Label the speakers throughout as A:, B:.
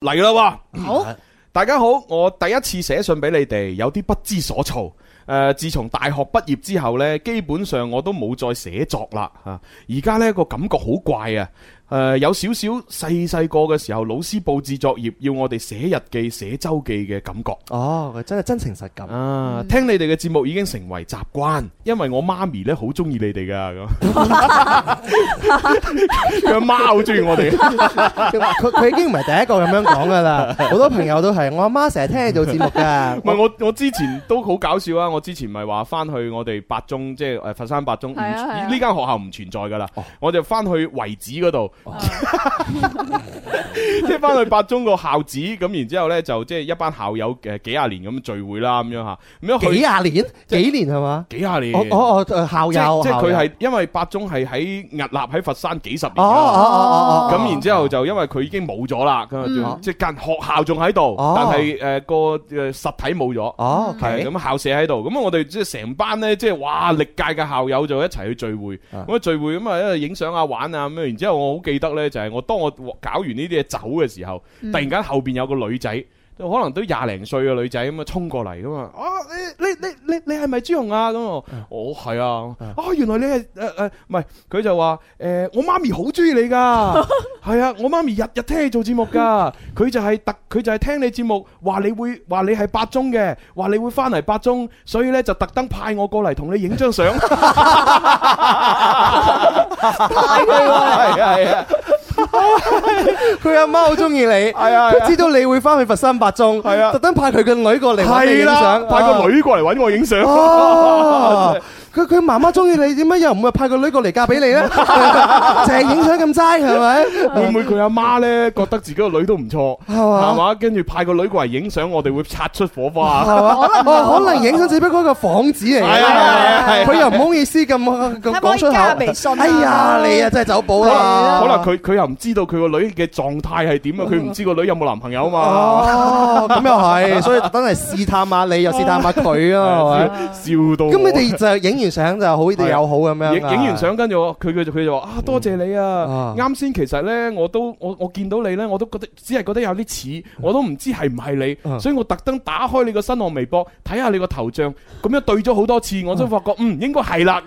A: 嚟啦喎！
B: 好，
A: 大家好，我第一次寫信俾你哋，有啲不知所措。誒、自從大學畢業之後呢，基本上我都冇再寫作啦嚇。啊而家呢個感覺好怪啊！誒、有少少細細個嘅時候，老師佈置作業要我哋寫日記、寫周記嘅感覺。
C: 哦，佢真係真情實感。
A: 啊！聽你哋嘅節目已經成為習慣，因為我媽咪呢好中意你哋噶咁， 佢阿媽好中意我哋。
C: 佢佢佢已經唔係第一個咁樣講噶 啦，好多朋友都係。我阿媽成日聽你做節目㗎。
A: 唔係 我我之前都好搞笑啊！我之前咪話翻去我哋八中，即係誒佛山八中，唔
B: 係啊係啊
A: 呢間學校唔存在㗎啦。
C: 哦
A: 我就翻去遺址嗰度， 即係翻去八中個校址，咁然之後咧就即係一班校友誒幾廿年咁聚會啦，咁樣嚇，咁樣
C: 幾
A: 去
C: 廿年，幾年係嘛？
A: 幾廿年
C: 我。我我誒校
A: 即係
C: 友，
A: 即係佢
C: 校友
A: 係因為八中係喺屹立喺佛山幾十年
C: 哦哦
A: 啦，
C: 哦哦哦，
A: 咁然之後就因為佢已經冇咗啦，咁啊
C: 嗯
A: 即係間學校仲喺度，
C: 哦
A: 但係誒個誒實體冇咗。
C: 哦
A: 系
C: ，OK，
A: 咁校舍喺度，咁我哋即係成班咧，即係哇歷屆嘅校友就一齊去聚會，
C: 啊
A: 咁啊聚會咁啊喺度影相啊玩啊咁樣，然之後我好記得咧，就係我當我搞完呢啲嘢走嘅時候，
B: 嗯
A: 突然間後邊有個女仔。可能都廿零歲嘅女仔咁啊，衝過嚟咁啊！啊，你你你你你係咪朱紅啊？咁我
C: 嗯
A: 我係啊！啊，原來你係誒誒，唔係佢就話誒，我媽咪好中意你㗎， 係啊，我媽咪日日聽你做節目㗎，佢就係特佢就係聽你節目，話你會話你係八中嘅，話你會翻嚟八中，所以咧就特登派我過嚟同你影張相，派佢 係啊係啊。
C: 佢阿媽好中意你，
A: 係啊係啊
C: 佢知道你會翻去佛山八中，
A: 係啊
C: 特登派佢個女過嚟揾你
A: 係
C: 影
A: 啦，
C: 相，啊
A: 派個女過嚟揾我影 相。
C: 哦，佢佢媽媽中意你，點解又唔會派個女過嚟嫁俾 你咧？淨係影相咁齋係咪？
A: 會唔會佢阿媽呢？覺得自己個女都唔錯，
C: 係嘛
A: 係嘛？跟住派個女過嚟影相，我哋會擦出火花。
C: 係嘛？哦，可能影相只不過一個幌子嚟嘅
A: 係啊係啊係啊，
C: 佢又唔好意思咁咁
B: 可唔
C: 講
B: 可以
C: 出口。
B: 加微信啊
C: 哎呀，你啊真係走寶
A: 可能
C: 啦！
A: 可能佢佢又唔知道佢個女嘅狀態係
C: 嗯
A: 點啊，佢唔知個女有冇男朋友嘛。
C: 哦，咁 又係，所以特登嚟試探下你，又試探下佢啊，係咪？
A: 笑到我
C: 咁你哋就影完相就好，你哋友好咁樣啊。嗯
A: 影影完相，跟住我佢佢就佢就話啊，多謝你啊！
C: 啊
A: 啱先其實呢，我都我我見到你呢，我都覺得只係覺得有啲似，我都唔知係唔係你，
C: 啊
A: 所以我特登打開你個新浪微博睇下你個頭像，咁樣對咗好多次，我都發覺嗯應該係啦。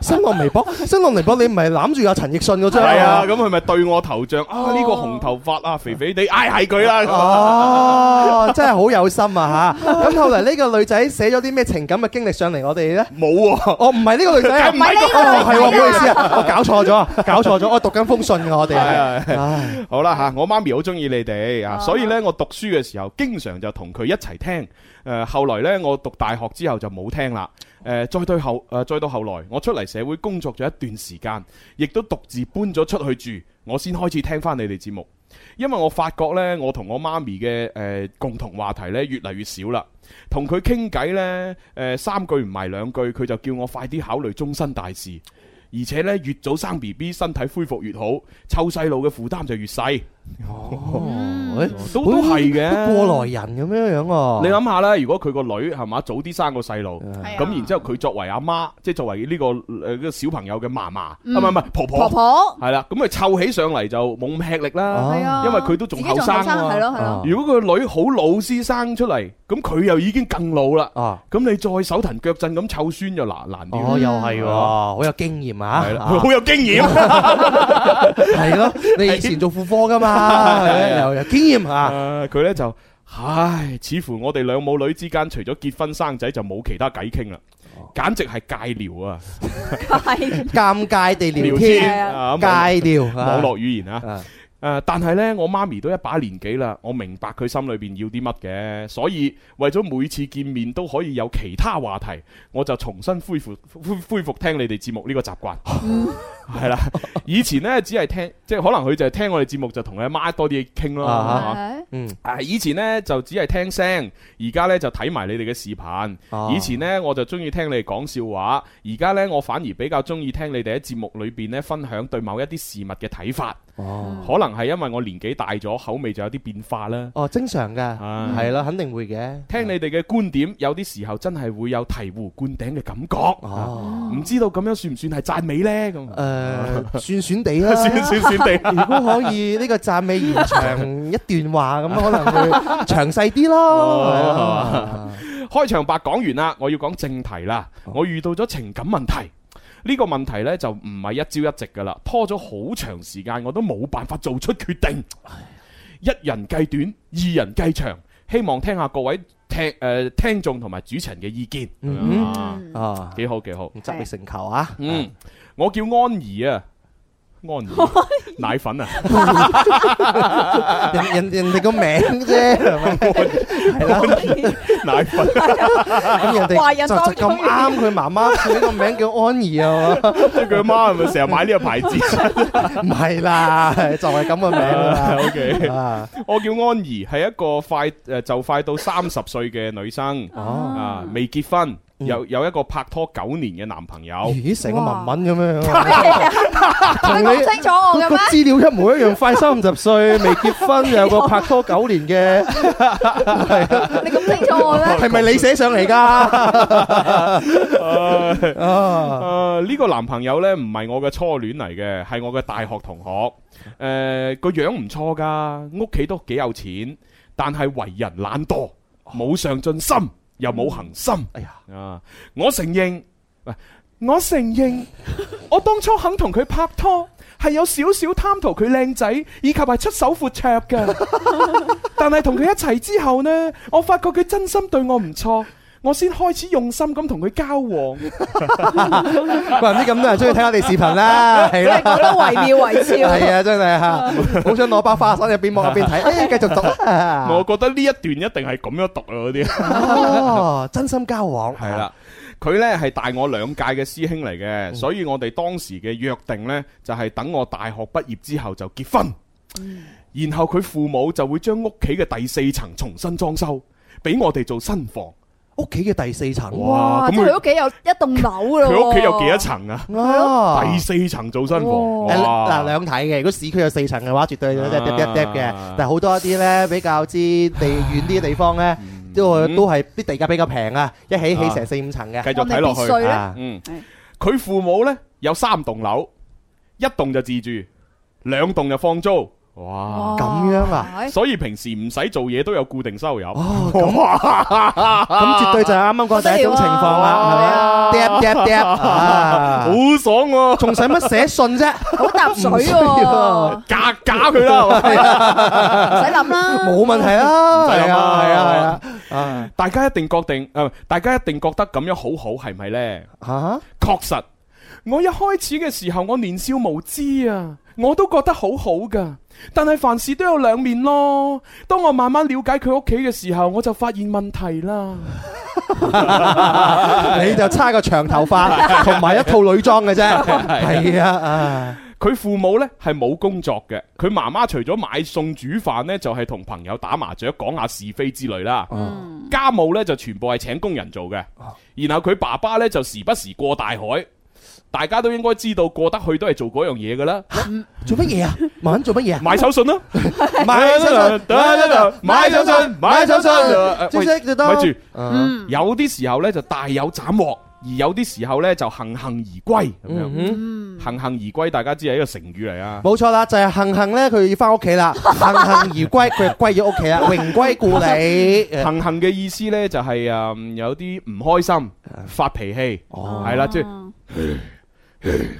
C: 新浪微博， 新浪微博你唔係哦攬住阿陳奕迅嗰張
A: 係啊，咁佢咪對我頭像啊？呢個紅頭髮啊，肥肥地，唉係佢啦。
C: 哦，真係好有心啊吓！咁後嚟呢個女仔寫咗啲咩情感嘅經歷上嚟我哋咧？
A: 冇喎，
C: 哦，唔係呢個女仔啊，
A: 梗唔係呢個
C: 哦，係喎，唔
B: 女仔啊
C: 好意思啊，我搞錯咗啊，搞錯咗，我讀緊封信嘅我哋
A: 係係
C: 係，唉
A: 好啦吓，我媽咪好中意你哋啊，
B: 哦
A: 所以呢，我讀書嘅時候經常就同佢一齊聽。誒後來呢，我讀大學之後就冇聽啦。誒再對後誒再到後來，我出嚟社會工作咗一段時間，亦都獨自搬咗出去住，我先開始聽翻你哋節目。因為我發覺呢，我同我媽咪嘅誒共同話題呢越嚟越少啦。同佢傾偈呢，誒、呃三句唔埋兩句，佢就叫我快啲考慮終身大事，而且呢，越早生 B B，身體恢復越好，湊細路嘅負擔就越細，
C: 哦，
A: 都都係嘅。
C: 過來人咁樣樣喎。
A: 你諗下啦，如果佢個女係嘛早啲生個細
C: 嗯
A: 路，
B: 係啊
A: 咁然之後佢作為阿媽，即係作為呢、個呃呢個小朋友嘅嫲嫲，啊唔
B: 嗯
A: 係唔係婆
B: 婆
A: 婆，
B: 婆
A: 係啦，咁佢湊起上嚟就冇咁吃力啦。
C: 啊
B: 係啊，
A: 因為佢都仲
B: 自己仲
A: 後生啊嘛
B: 係咯係咯，
C: 啊
A: 如果個女好老先生出嚟，咁佢又已經更老啦。
C: 啊，
A: 咁你再手騰腳震咁湊孫就難難啲啦。
C: 哦，又係喎，好有經驗啊，
A: 係啦，
C: 啊
A: 好有經驗。
C: 係咯，你以前做副科噶 嘛，
A: 係係係
C: 又有經驗啊。
A: 啊佢呢就，唉，似乎我哋兩母女之間，除咗結婚生仔，就冇其他偈傾啦，
C: 哦
A: 簡直係戒聊啊，
B: 係
C: 尷尬地聊
B: 天
C: 天，
A: 啊，網
C: 戒掉
A: 網絡語言啊。
C: 啊，
A: 誒、但係呢，我媽咪都一把年紀啦，我明白佢心裏邊要啲乜嘅，所以為咗每次見面都可以有其他話題，我就重新恢復恢恢復聽你哋節目呢個習 慣。係啦，以前呢，只係聽，即係可能佢就係聽我哋節目就同佢阿媽多啲傾咯。
C: 啊
A: 係嘛
B: 係
C: 嗯，
A: 啊以前呢，就只係聽聲，而家呢，就睇埋你哋嘅視頻。
C: 哦
A: 以前呢，我就中意聽你哋講笑話，而家呢，我反而比較中意聽你哋喺節目裏邊呢分享對某一啲事物嘅睇法。
C: 哦，
A: 可能係因為我年紀大咗，口味就有啲變化啦。
C: 哦，正常噶，
A: 啊
C: 係啦，肯定會嘅。
A: 聽你哋嘅觀點，有啲時候真係會有醍醐灌頂嘅感覺。啊
C: 哦，
A: 唔知道咁樣算唔算係讚美呢？咁
C: 誒，算算地 啦。
A: 算算算地啦。
C: 如果可以呢個讚美延長一段話咁，可能會詳細啲咯。係
A: 哦
C: 啊
A: 開場白講完啦，我要講正題啦。
C: 哦
A: 我遇到咗情感問題，呢個問題呢，就唔係一朝一夕噶啦，拖咗好長時間，我都冇辦法做出決定。一人計短，二人計長，希望聽下各位聽誒、呃、聽眾同埋主持人嘅意見。
C: 嗯哼
A: 啊
C: 啊，
A: 幾好幾好。
C: 集力成球啊！
A: 嗯，我叫安怡啊，安怡奶粉啊，
C: 人人人哋個名啫，係啦。
A: 奶粉。
C: 咁人
B: 華
C: 哋
B: 人
C: 就
B: 當
C: 就咁
B: 中
C: 啱佢媽媽佢呢個名叫安怡啊嘛，
A: 即係佢阿媽係咪成日買呢個牌子
C: 唔係啦，就係咁嘅名啦。
A: ？O K，
C: 啊，
A: 我叫安怡，係一個快誒就快到三十歲嘅女生。
C: 哦，
A: 啊，未結婚，
C: 嗯
A: 有有一個拍拖九年嘅男朋 友。
C: 咦，成個文文咁樣啊，同你
B: 清楚我
C: 個
B: 嘅
C: 個
B: 咩？
C: 資料一模一樣，快三十歲，未結婚，有個拍拖九年嘅，
B: 你咁清楚我嘅咩？
C: 係咪你寫上嚟 㗎？啊，
A: 誒，呃呢個男朋友呢，唔係我嘅初戀嚟嘅，係我嘅大學同學。誒，個樣唔錯㗎，屋企都幾有錢，但係為人懶惰，冇上進心，又冇恒心。
C: 哦哎呀，
A: 啊，我承認，喂我承 認，我當初肯同佢拍拖，係有少少貪圖佢靚仔，以及係出手闊綽嘅。 但係同佢一齊之後呢，我發覺佢真心對我唔錯。我先開始用心咁同佢交往，
C: 怪唔知咁多人中意睇我哋視頻啦，係
B: 真係
C: 啦。
B: 講得惟妙惟肖。
C: 係啊，真係嚇，好想攞包花生入邊 望入邊睇，誒，繼續讀啊！
A: 我覺得呢一段一定係咁樣讀啦嗰啲。
C: 哦，真心交往
A: 係啦， 佢呢係大我兩屆嘅師兄嚟嘅，所以我哋當時嘅約定呢，就係等我大學畢業之後就結婚，然後佢父母就會將屋企嘅第四層重新裝修，俾我哋做新房。
C: 屋企嘅第四層，
A: 哇
B: 哇！
A: 咁
B: 即係佢屋企有一棟樓噶咯。
A: 佢屋企有幾多？層啊？
C: 哦
A: 第四層做新房，
B: 哇
C: 誒嗱
A: 哇！
C: 兩睇嘅，如果市區有四層嘅話，絕對有一 d
A: 啊
C: e 嘅。但係好多一啲咧比較之地遠啲嘅地方咧，都
A: 嗯
C: 都係啲地價比較平啊，一起起
A: 啊
C: 成四五層
A: 繼
C: 嘅。
A: 續睇落
B: 我哋別墅
A: 去。
B: 咧
C: 啊，
A: 嗯
B: 係，
A: 佢父母呢有三棟樓，一棟就自住，兩棟就放租。哇！
B: 哇
C: 咁樣啊？
B: 係
A: 所以平時唔使做嘢都有固定收入。
C: 哦，咁咁絕對就係啱啱講第一種情況啦，係咪
B: 哇
C: d e p d e 啊，
A: 好爽喎！
C: 仲使乜寫 信啫？
B: 好搭水
C: 唔需
B: 喎，
C: 要
B: 唔
A: 嫁嫁佢 啦！
B: 使諗啦。
C: 冇問題啦，
A: 唔使諗
C: 係啊，
A: 啦
C: 係啊，係啊，
A: 大家一定覺定，呃大家一定覺得咁樣好好，係咪呢？
C: 啊
A: 確實，我一開始嘅時候，我年少無知啊，我都覺得好好噶。但係凡事都有兩面咯。當我慢慢了解佢屋企嘅時候，我就發現問題啦。哎
C: 嚇，你就差個長頭髮同埋一套女裝嘅啫，
A: 哎
C: 係啊，啊。
A: 佢父母呢係冇工作嘅，佢媽媽除咗買餸煮飯呢，就係、同朋友打麻雀、講下是非之類啦。
C: 哦
B: 嗯。
A: 家務呢就全部係請工人做嘅，
C: 啊
A: 然後佢爸爸呢就時不時過大海。大家都應該知道過得去都係做嗰樣嘢噶 啦，
C: 做乜嘢啊？文文做乜嘢啊？
A: 買手信啦，
C: 買手 信，
A: 買手信，買手信
C: 呃。
A: 喂
C: 知唔知最多？
A: 咪住
C: 嗯，
A: 有啲時候呢就大有斬獲，而有啲時候呢就幸幸而歸咁樣。
C: 嗯
A: 幸幸而歸，大家知係一個成語嚟啊。
C: 冇錯啦，就係幸幸咧，佢要翻屋企 啦，幸幸而歸，佢就歸咗屋企啦，榮歸故里。
A: 幸
C: 呃
A: 幸嘅意思呢就係誒有啲唔開心，
C: 嗯
A: 發脾氣，
C: 哦
A: 係啦，即係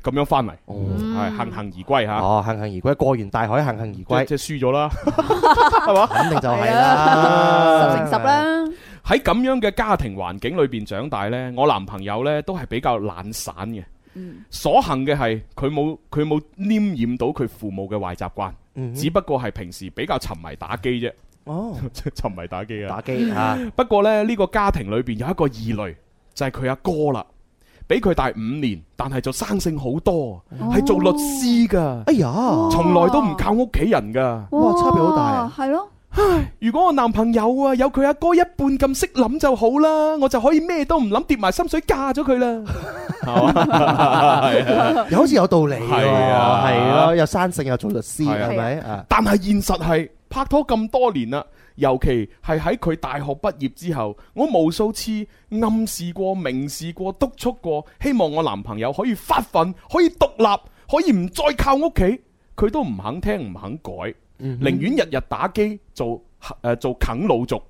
A: 咁樣翻嚟，係幸幸而歸嚇。
C: 嗯哦，幸幸而歸，過完大海，幸幸而歸，
A: 即即係輸咗啦，係嘛？
C: 肯定就係
B: 十
C: 啦，
B: 成啊十。啦。
A: 喺咁樣嘅家庭環境裏邊長大呢，我男朋友呢都係比較懶散嘅。
B: 嗯
A: 所幸嘅係佢冇佢冇黏染到佢父母嘅壞習慣，
C: 嗯
A: 只不過係平時比較沉迷打機啫，
C: 哦，
A: 沉迷打機啊！
C: 打機啊，
A: 不過呢，呢個家庭裏邊有一個異類，就係佢阿哥啦，比佢大五年，但係就生性好多，
C: 哦
A: 係做律師噶，
C: 哎呀。
A: 從來都唔靠屋企人噶。
C: 哇差別好大啊！
B: 係咯，
A: 如果我男朋友啊有 佢阿哥一半咁識諗就好啦，我就可以咩都唔諗，跌埋心水嫁咗佢啦。
C: 啊
A: 係啊
C: 又好似有道理喎，
A: 係啊
C: 係咯，又生性又做律師，
A: 係啊
C: 係咪啊？
A: 但係現實係拍拖咁多年啦，尤其係喺佢大學畢業之後，我無數次暗示過、明示過、督促過，希望我男朋友可以發奮，可以獨立，可以唔再靠屋企，佢都唔肯聽，唔肯改，寧願日日打機做誒、呃做啃老族。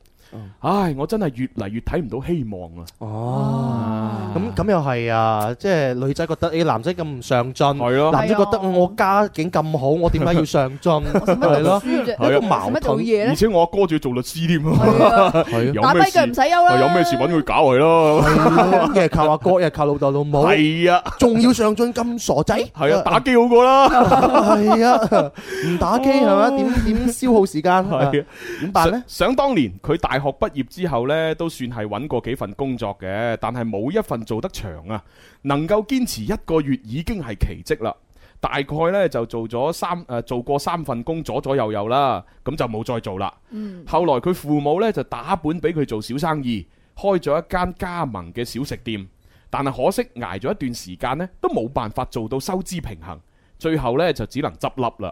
A: 唉，我真係越嚟越睇唔到希望啊啦。
C: 哦，咁咁又係啊，即係女仔覺得誒男仔咁唔上進，
A: 係咯
C: 男仔覺
B: 係
C: 得
B: 啊
C: 我家境咁好，我點解要上進？係咯，
B: 書啫，
A: 係啊
B: 有乜做嘢
A: 而
B: 咧？
A: 且我阿哥仲要做律師添
B: 係
A: 啊，
B: 啊，
C: 係
A: 有
B: 打
A: 咩
B: 跛
A: 事
B: 腳唔使憂啦。
A: 有咩事揾佢搞佢咯。
C: 啊，又係靠阿哥，又係靠老豆老母，
A: 係啊，
C: 仲要上進咁傻仔，
A: 係 啊，打機好過啦。
C: 係啊，唔打機係咪？點點消耗時間？
A: 係啊
C: 點辦咧？
A: 想想當年佢大學畢業之後呢，都算係揾過幾份工作嘅，但係冇一份做得長啊，能夠堅持一個月已經係奇蹟啦。大概呢就做咗三誒、呃做過三份工左左右右啦，咁就冇再做啦。
B: 嗯，
A: 後來佢父母呢就打本俾佢做小生意，開咗一間加盟嘅小食店，但係可惜捱咗一段時間呢，都冇辦法做到收支平衡，最後呢就只能執笠啦。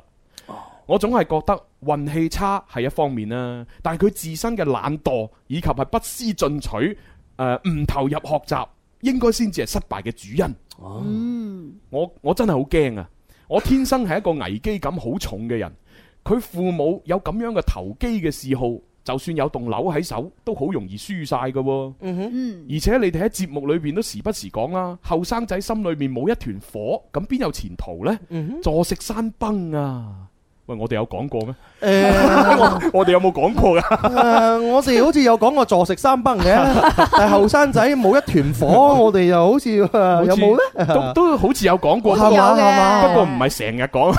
A: 我總係覺得運氣差係一方面啦，但係佢自身嘅懶惰以及係不思進取，誒、唔投入學習，應該先至係失敗嘅主因。
B: 嗯，
A: 我我真係好驚啊！我天生係一個危機感好重嘅人，佢父母有咁樣嘅投機嘅嗜好，就算有棟樓喺手，都好容易輸晒㗎喎。
B: 嗯，
A: 而且你哋喺節目裏邊都時不時講啦，後生仔心裏面冇一團火，咁邊有前途呢？
C: 嗯
A: 坐食山崩啊！喂，我哋有講過咩？
C: 誒。
A: 我哋有冇講過噶？
C: 誒，我哋好似有講過坐食三崩嘅，但係後生仔冇一團火，我哋又好似誒 有冇咧？
A: 都都好似有講過，
B: 我
A: 不
B: 都有
C: 係
A: 過
C: 嘛係
B: 嘅，
C: 嘛
A: 不過唔係成日講，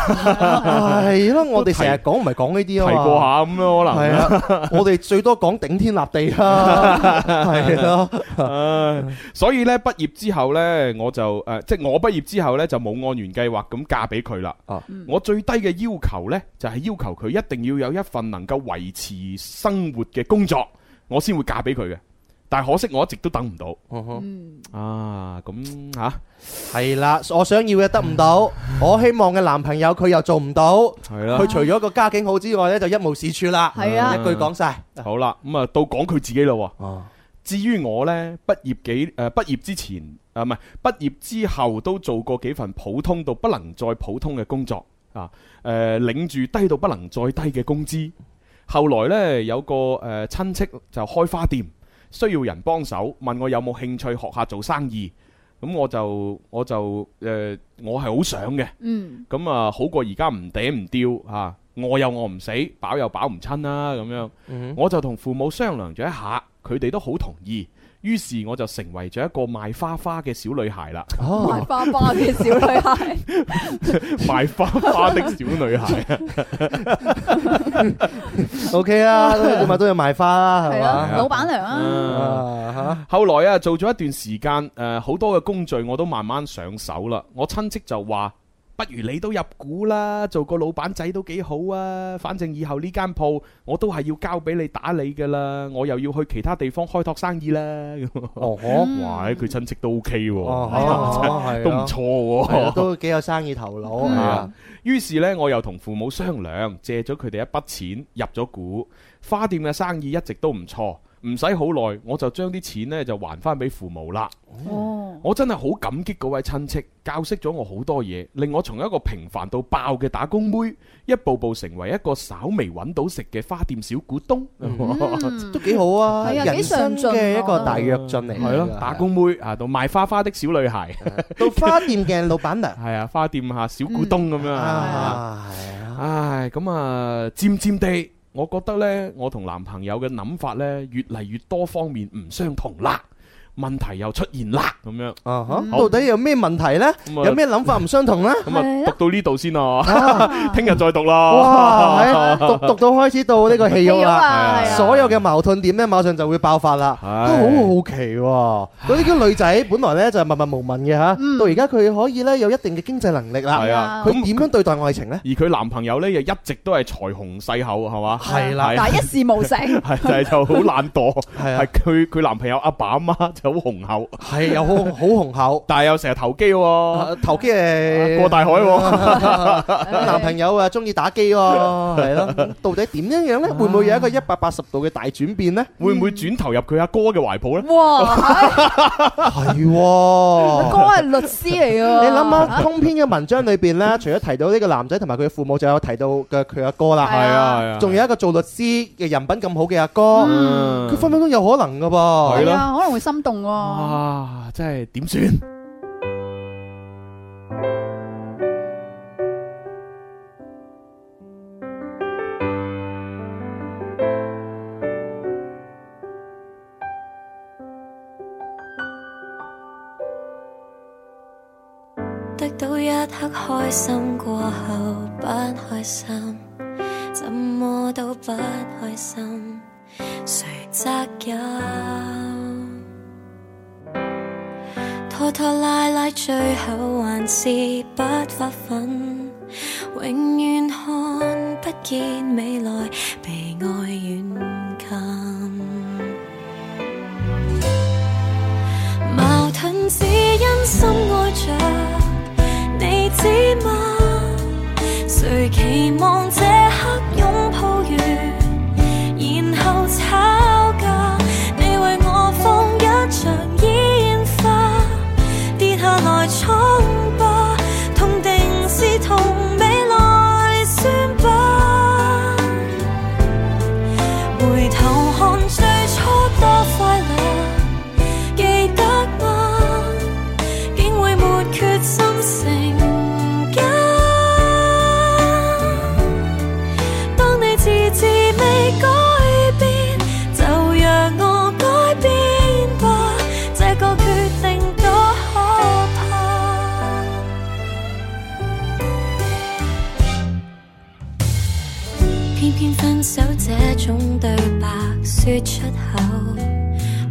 C: 係咯，我哋成日講唔係講呢
A: 提
C: 啲啊
A: 過
C: 嘛。
A: 下咁咯，可
C: 係
A: 能。
C: 啊，我哋最多講頂天立地啦，係咯，
A: 唉，所以咧，畢業之後呢，我就誒、呃即係我畢業之後呢，就冇按原計劃咁嫁俾佢啦。
C: 哦
A: 我最低嘅要求呢，就係、要求佢一定要有一份能夠維持生活嘅工作，我先會嫁俾佢嘅。但係可惜我一直都等唔到
B: 嗯，
A: 啊！咁吓
C: 係啦，我想要嘅得唔到，我希望嘅男朋友佢又做唔到，
A: 係啦
C: 佢，除咗個家境好之外咧，就一無是處啦，
B: 係啊
C: 一句講晒。
A: 好啦，咁啊到講佢自己咯喎。
C: 哦，
A: 至於我呢，畢業幾誒、呃、畢業之前呃誒唔係畢業之後都做過幾份普通到不能再普通嘅工作啊！誒、領住低到不能再低嘅工資。後來呢，有個誒、呃、親戚就開花店，需要人幫手，問我有冇興趣學下做生意。咁我就我就誒、呃我係好想嘅。
B: 嗯，
A: 咁啊，好過而家唔嗲唔吊啊，餓又餓唔死，飽又飽唔親啦咁樣。
C: 嗯
A: 我就同父母商量咗一下，佢哋都好同意，於是我就成為咗一個賣花花嘅小女孩啦，
B: 賣花花嘅小女孩，
A: 賣花花的小女孩。
C: OK 啦，點解都要賣花啦，係
B: 係
C: 嘛？
B: 啊，老闆娘啊，
A: 嗯
C: 啊嚇
A: 後來啊，做咗一段時間，誒、好多嘅工序我都慢慢上手啦。我親戚就話：不如你都入股啦，做個老闆仔都幾好啊。反正以後呢間鋪我都係要交俾你打理噶啦，我又要去其他地方開拓生意啦。咁
C: 哦呵。
A: 哇！佢親戚都 OK 喎、
C: 哦，啊係
A: 都唔錯喎、
C: 都幾有生意頭腦
A: 係
C: 啊
A: 啊！於是呢，我又同父母商量，借咗佢哋一筆錢入咗股，花店嘅生意一直都唔錯，唔使好耐我就將啲錢呢就還翻俾父母啦。
B: 哦，
A: 我真係好感激嗰位親戚，教識咗我好多嘢，令我從一個平凡到爆嘅打工妹，一步步成為一個稍微揾到食嘅花店小股東。哦
B: 嗯
C: 都幾好啊，
B: 係啊幾
C: 人
B: 上
C: 生
B: 進啊
C: 嘅一個大躍進嚟㗎。
A: 係咯，打工妹啊，到賣花花的小女孩，
C: 到花店嘅老 闆娘
A: 係啊，花店下小股東咁樣啊。
C: 啊，係啊，
A: 唉，咁啊，漸漸地，我覺得呢，我同男朋友嘅諗法呢，越嚟越多方面唔相同啦，問題又出現啦，咁樣
C: 啊哈
A: 好
C: 到底有咩問題咧？
A: 咁啊
C: 有咩諗法唔相同咧？
A: 咁
B: 係
A: 啊，
B: 啦
A: 讀到呢度先啊，聽日再讀啦。
C: 哇，係讀讀到開始到呢個戲肉
B: 戲肉
C: 啦，
B: 啊係啊
C: 所有嘅矛盾點咧，馬上就會爆發啦。
A: 係
C: 都好啊好奇喎，嗰啲叫女仔本來咧就係默默無聞嘅嚇，到而家佢可以咧有一定嘅經濟能力啦
A: 係。啊，
C: 佢點
A: 咁
C: 樣對待愛情咧？
A: 而佢男朋友呢，又一直都係財雄勢厚，係啊嘛？
C: 係啦
B: 但係一事無成，
A: 係就係就好懶惰，
C: 係啊
A: 係佢佢男朋友阿爸阿媽就好雄 厚，
C: 係又好好雄厚，
A: 但係又成日投機喎，
C: 啊投機誒
A: 哦啊 過大海喎。
C: 男朋友啊，中意打機喎，係咯。咁到底點樣樣咧？會唔會有一個一百八十度嘅大轉變咧？
A: 會唔會轉投入佢阿哥嘅懷抱呢？
B: 哇，
C: 係
B: 阿
C: 喎。
B: 哥系律师嚟 噶，
C: 你諗下，通篇嘅文章裏邊咧，除咗提到呢個男仔同埋佢嘅父母，就有提到嘅佢阿哥
B: 係
C: 啦，
B: 啊
A: 啊
C: 仲有一個做律師嘅人品咁好嘅阿哥，
A: 嗯
C: 佢分分鐘有可能噶噃
A: 係。咯
B: 係啊，可能會心動喎。
A: 啊，真係點算？
D: 得到一刻開心過後不開心，怎麼都不開心，誰責任？拖拖拉拉最後還是不發奮，永遠看不見未來，被愛遠近。矛盾只因深愛着你知嗎？誰期望這刻擁抱完，然後吵架？你為我放一場煙花，跌下來闖吧，痛定是痛，未來算吧。回頭看最初多快樂。記得嗎？竟會沒決心成家。當你字字未改變，就讓我改變吧。這個決定多可怕！偏偏分手這種對白說出口。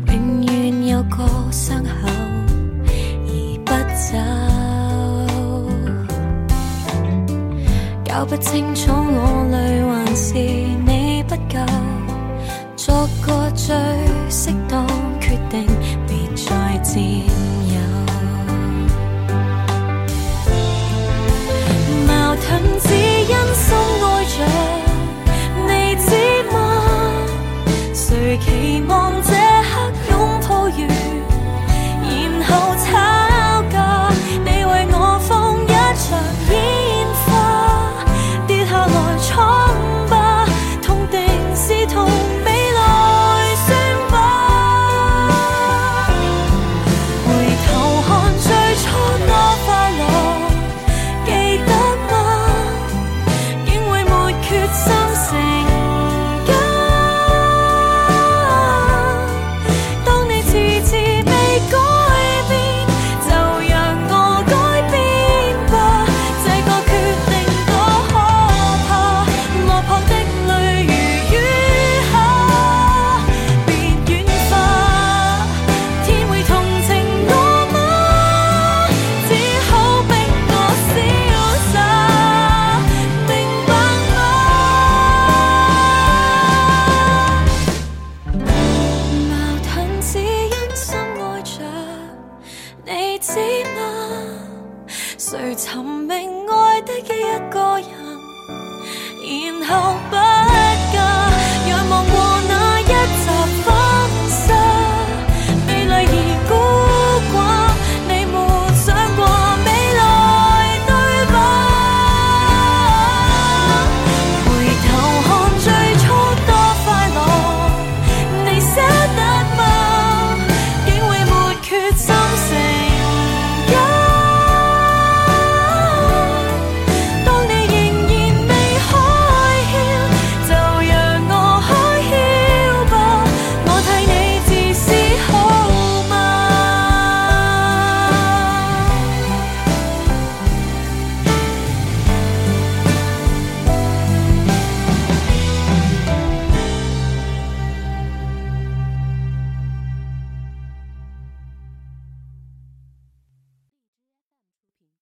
D: 永遠有個傷口而不走，搞不清楚我淚還是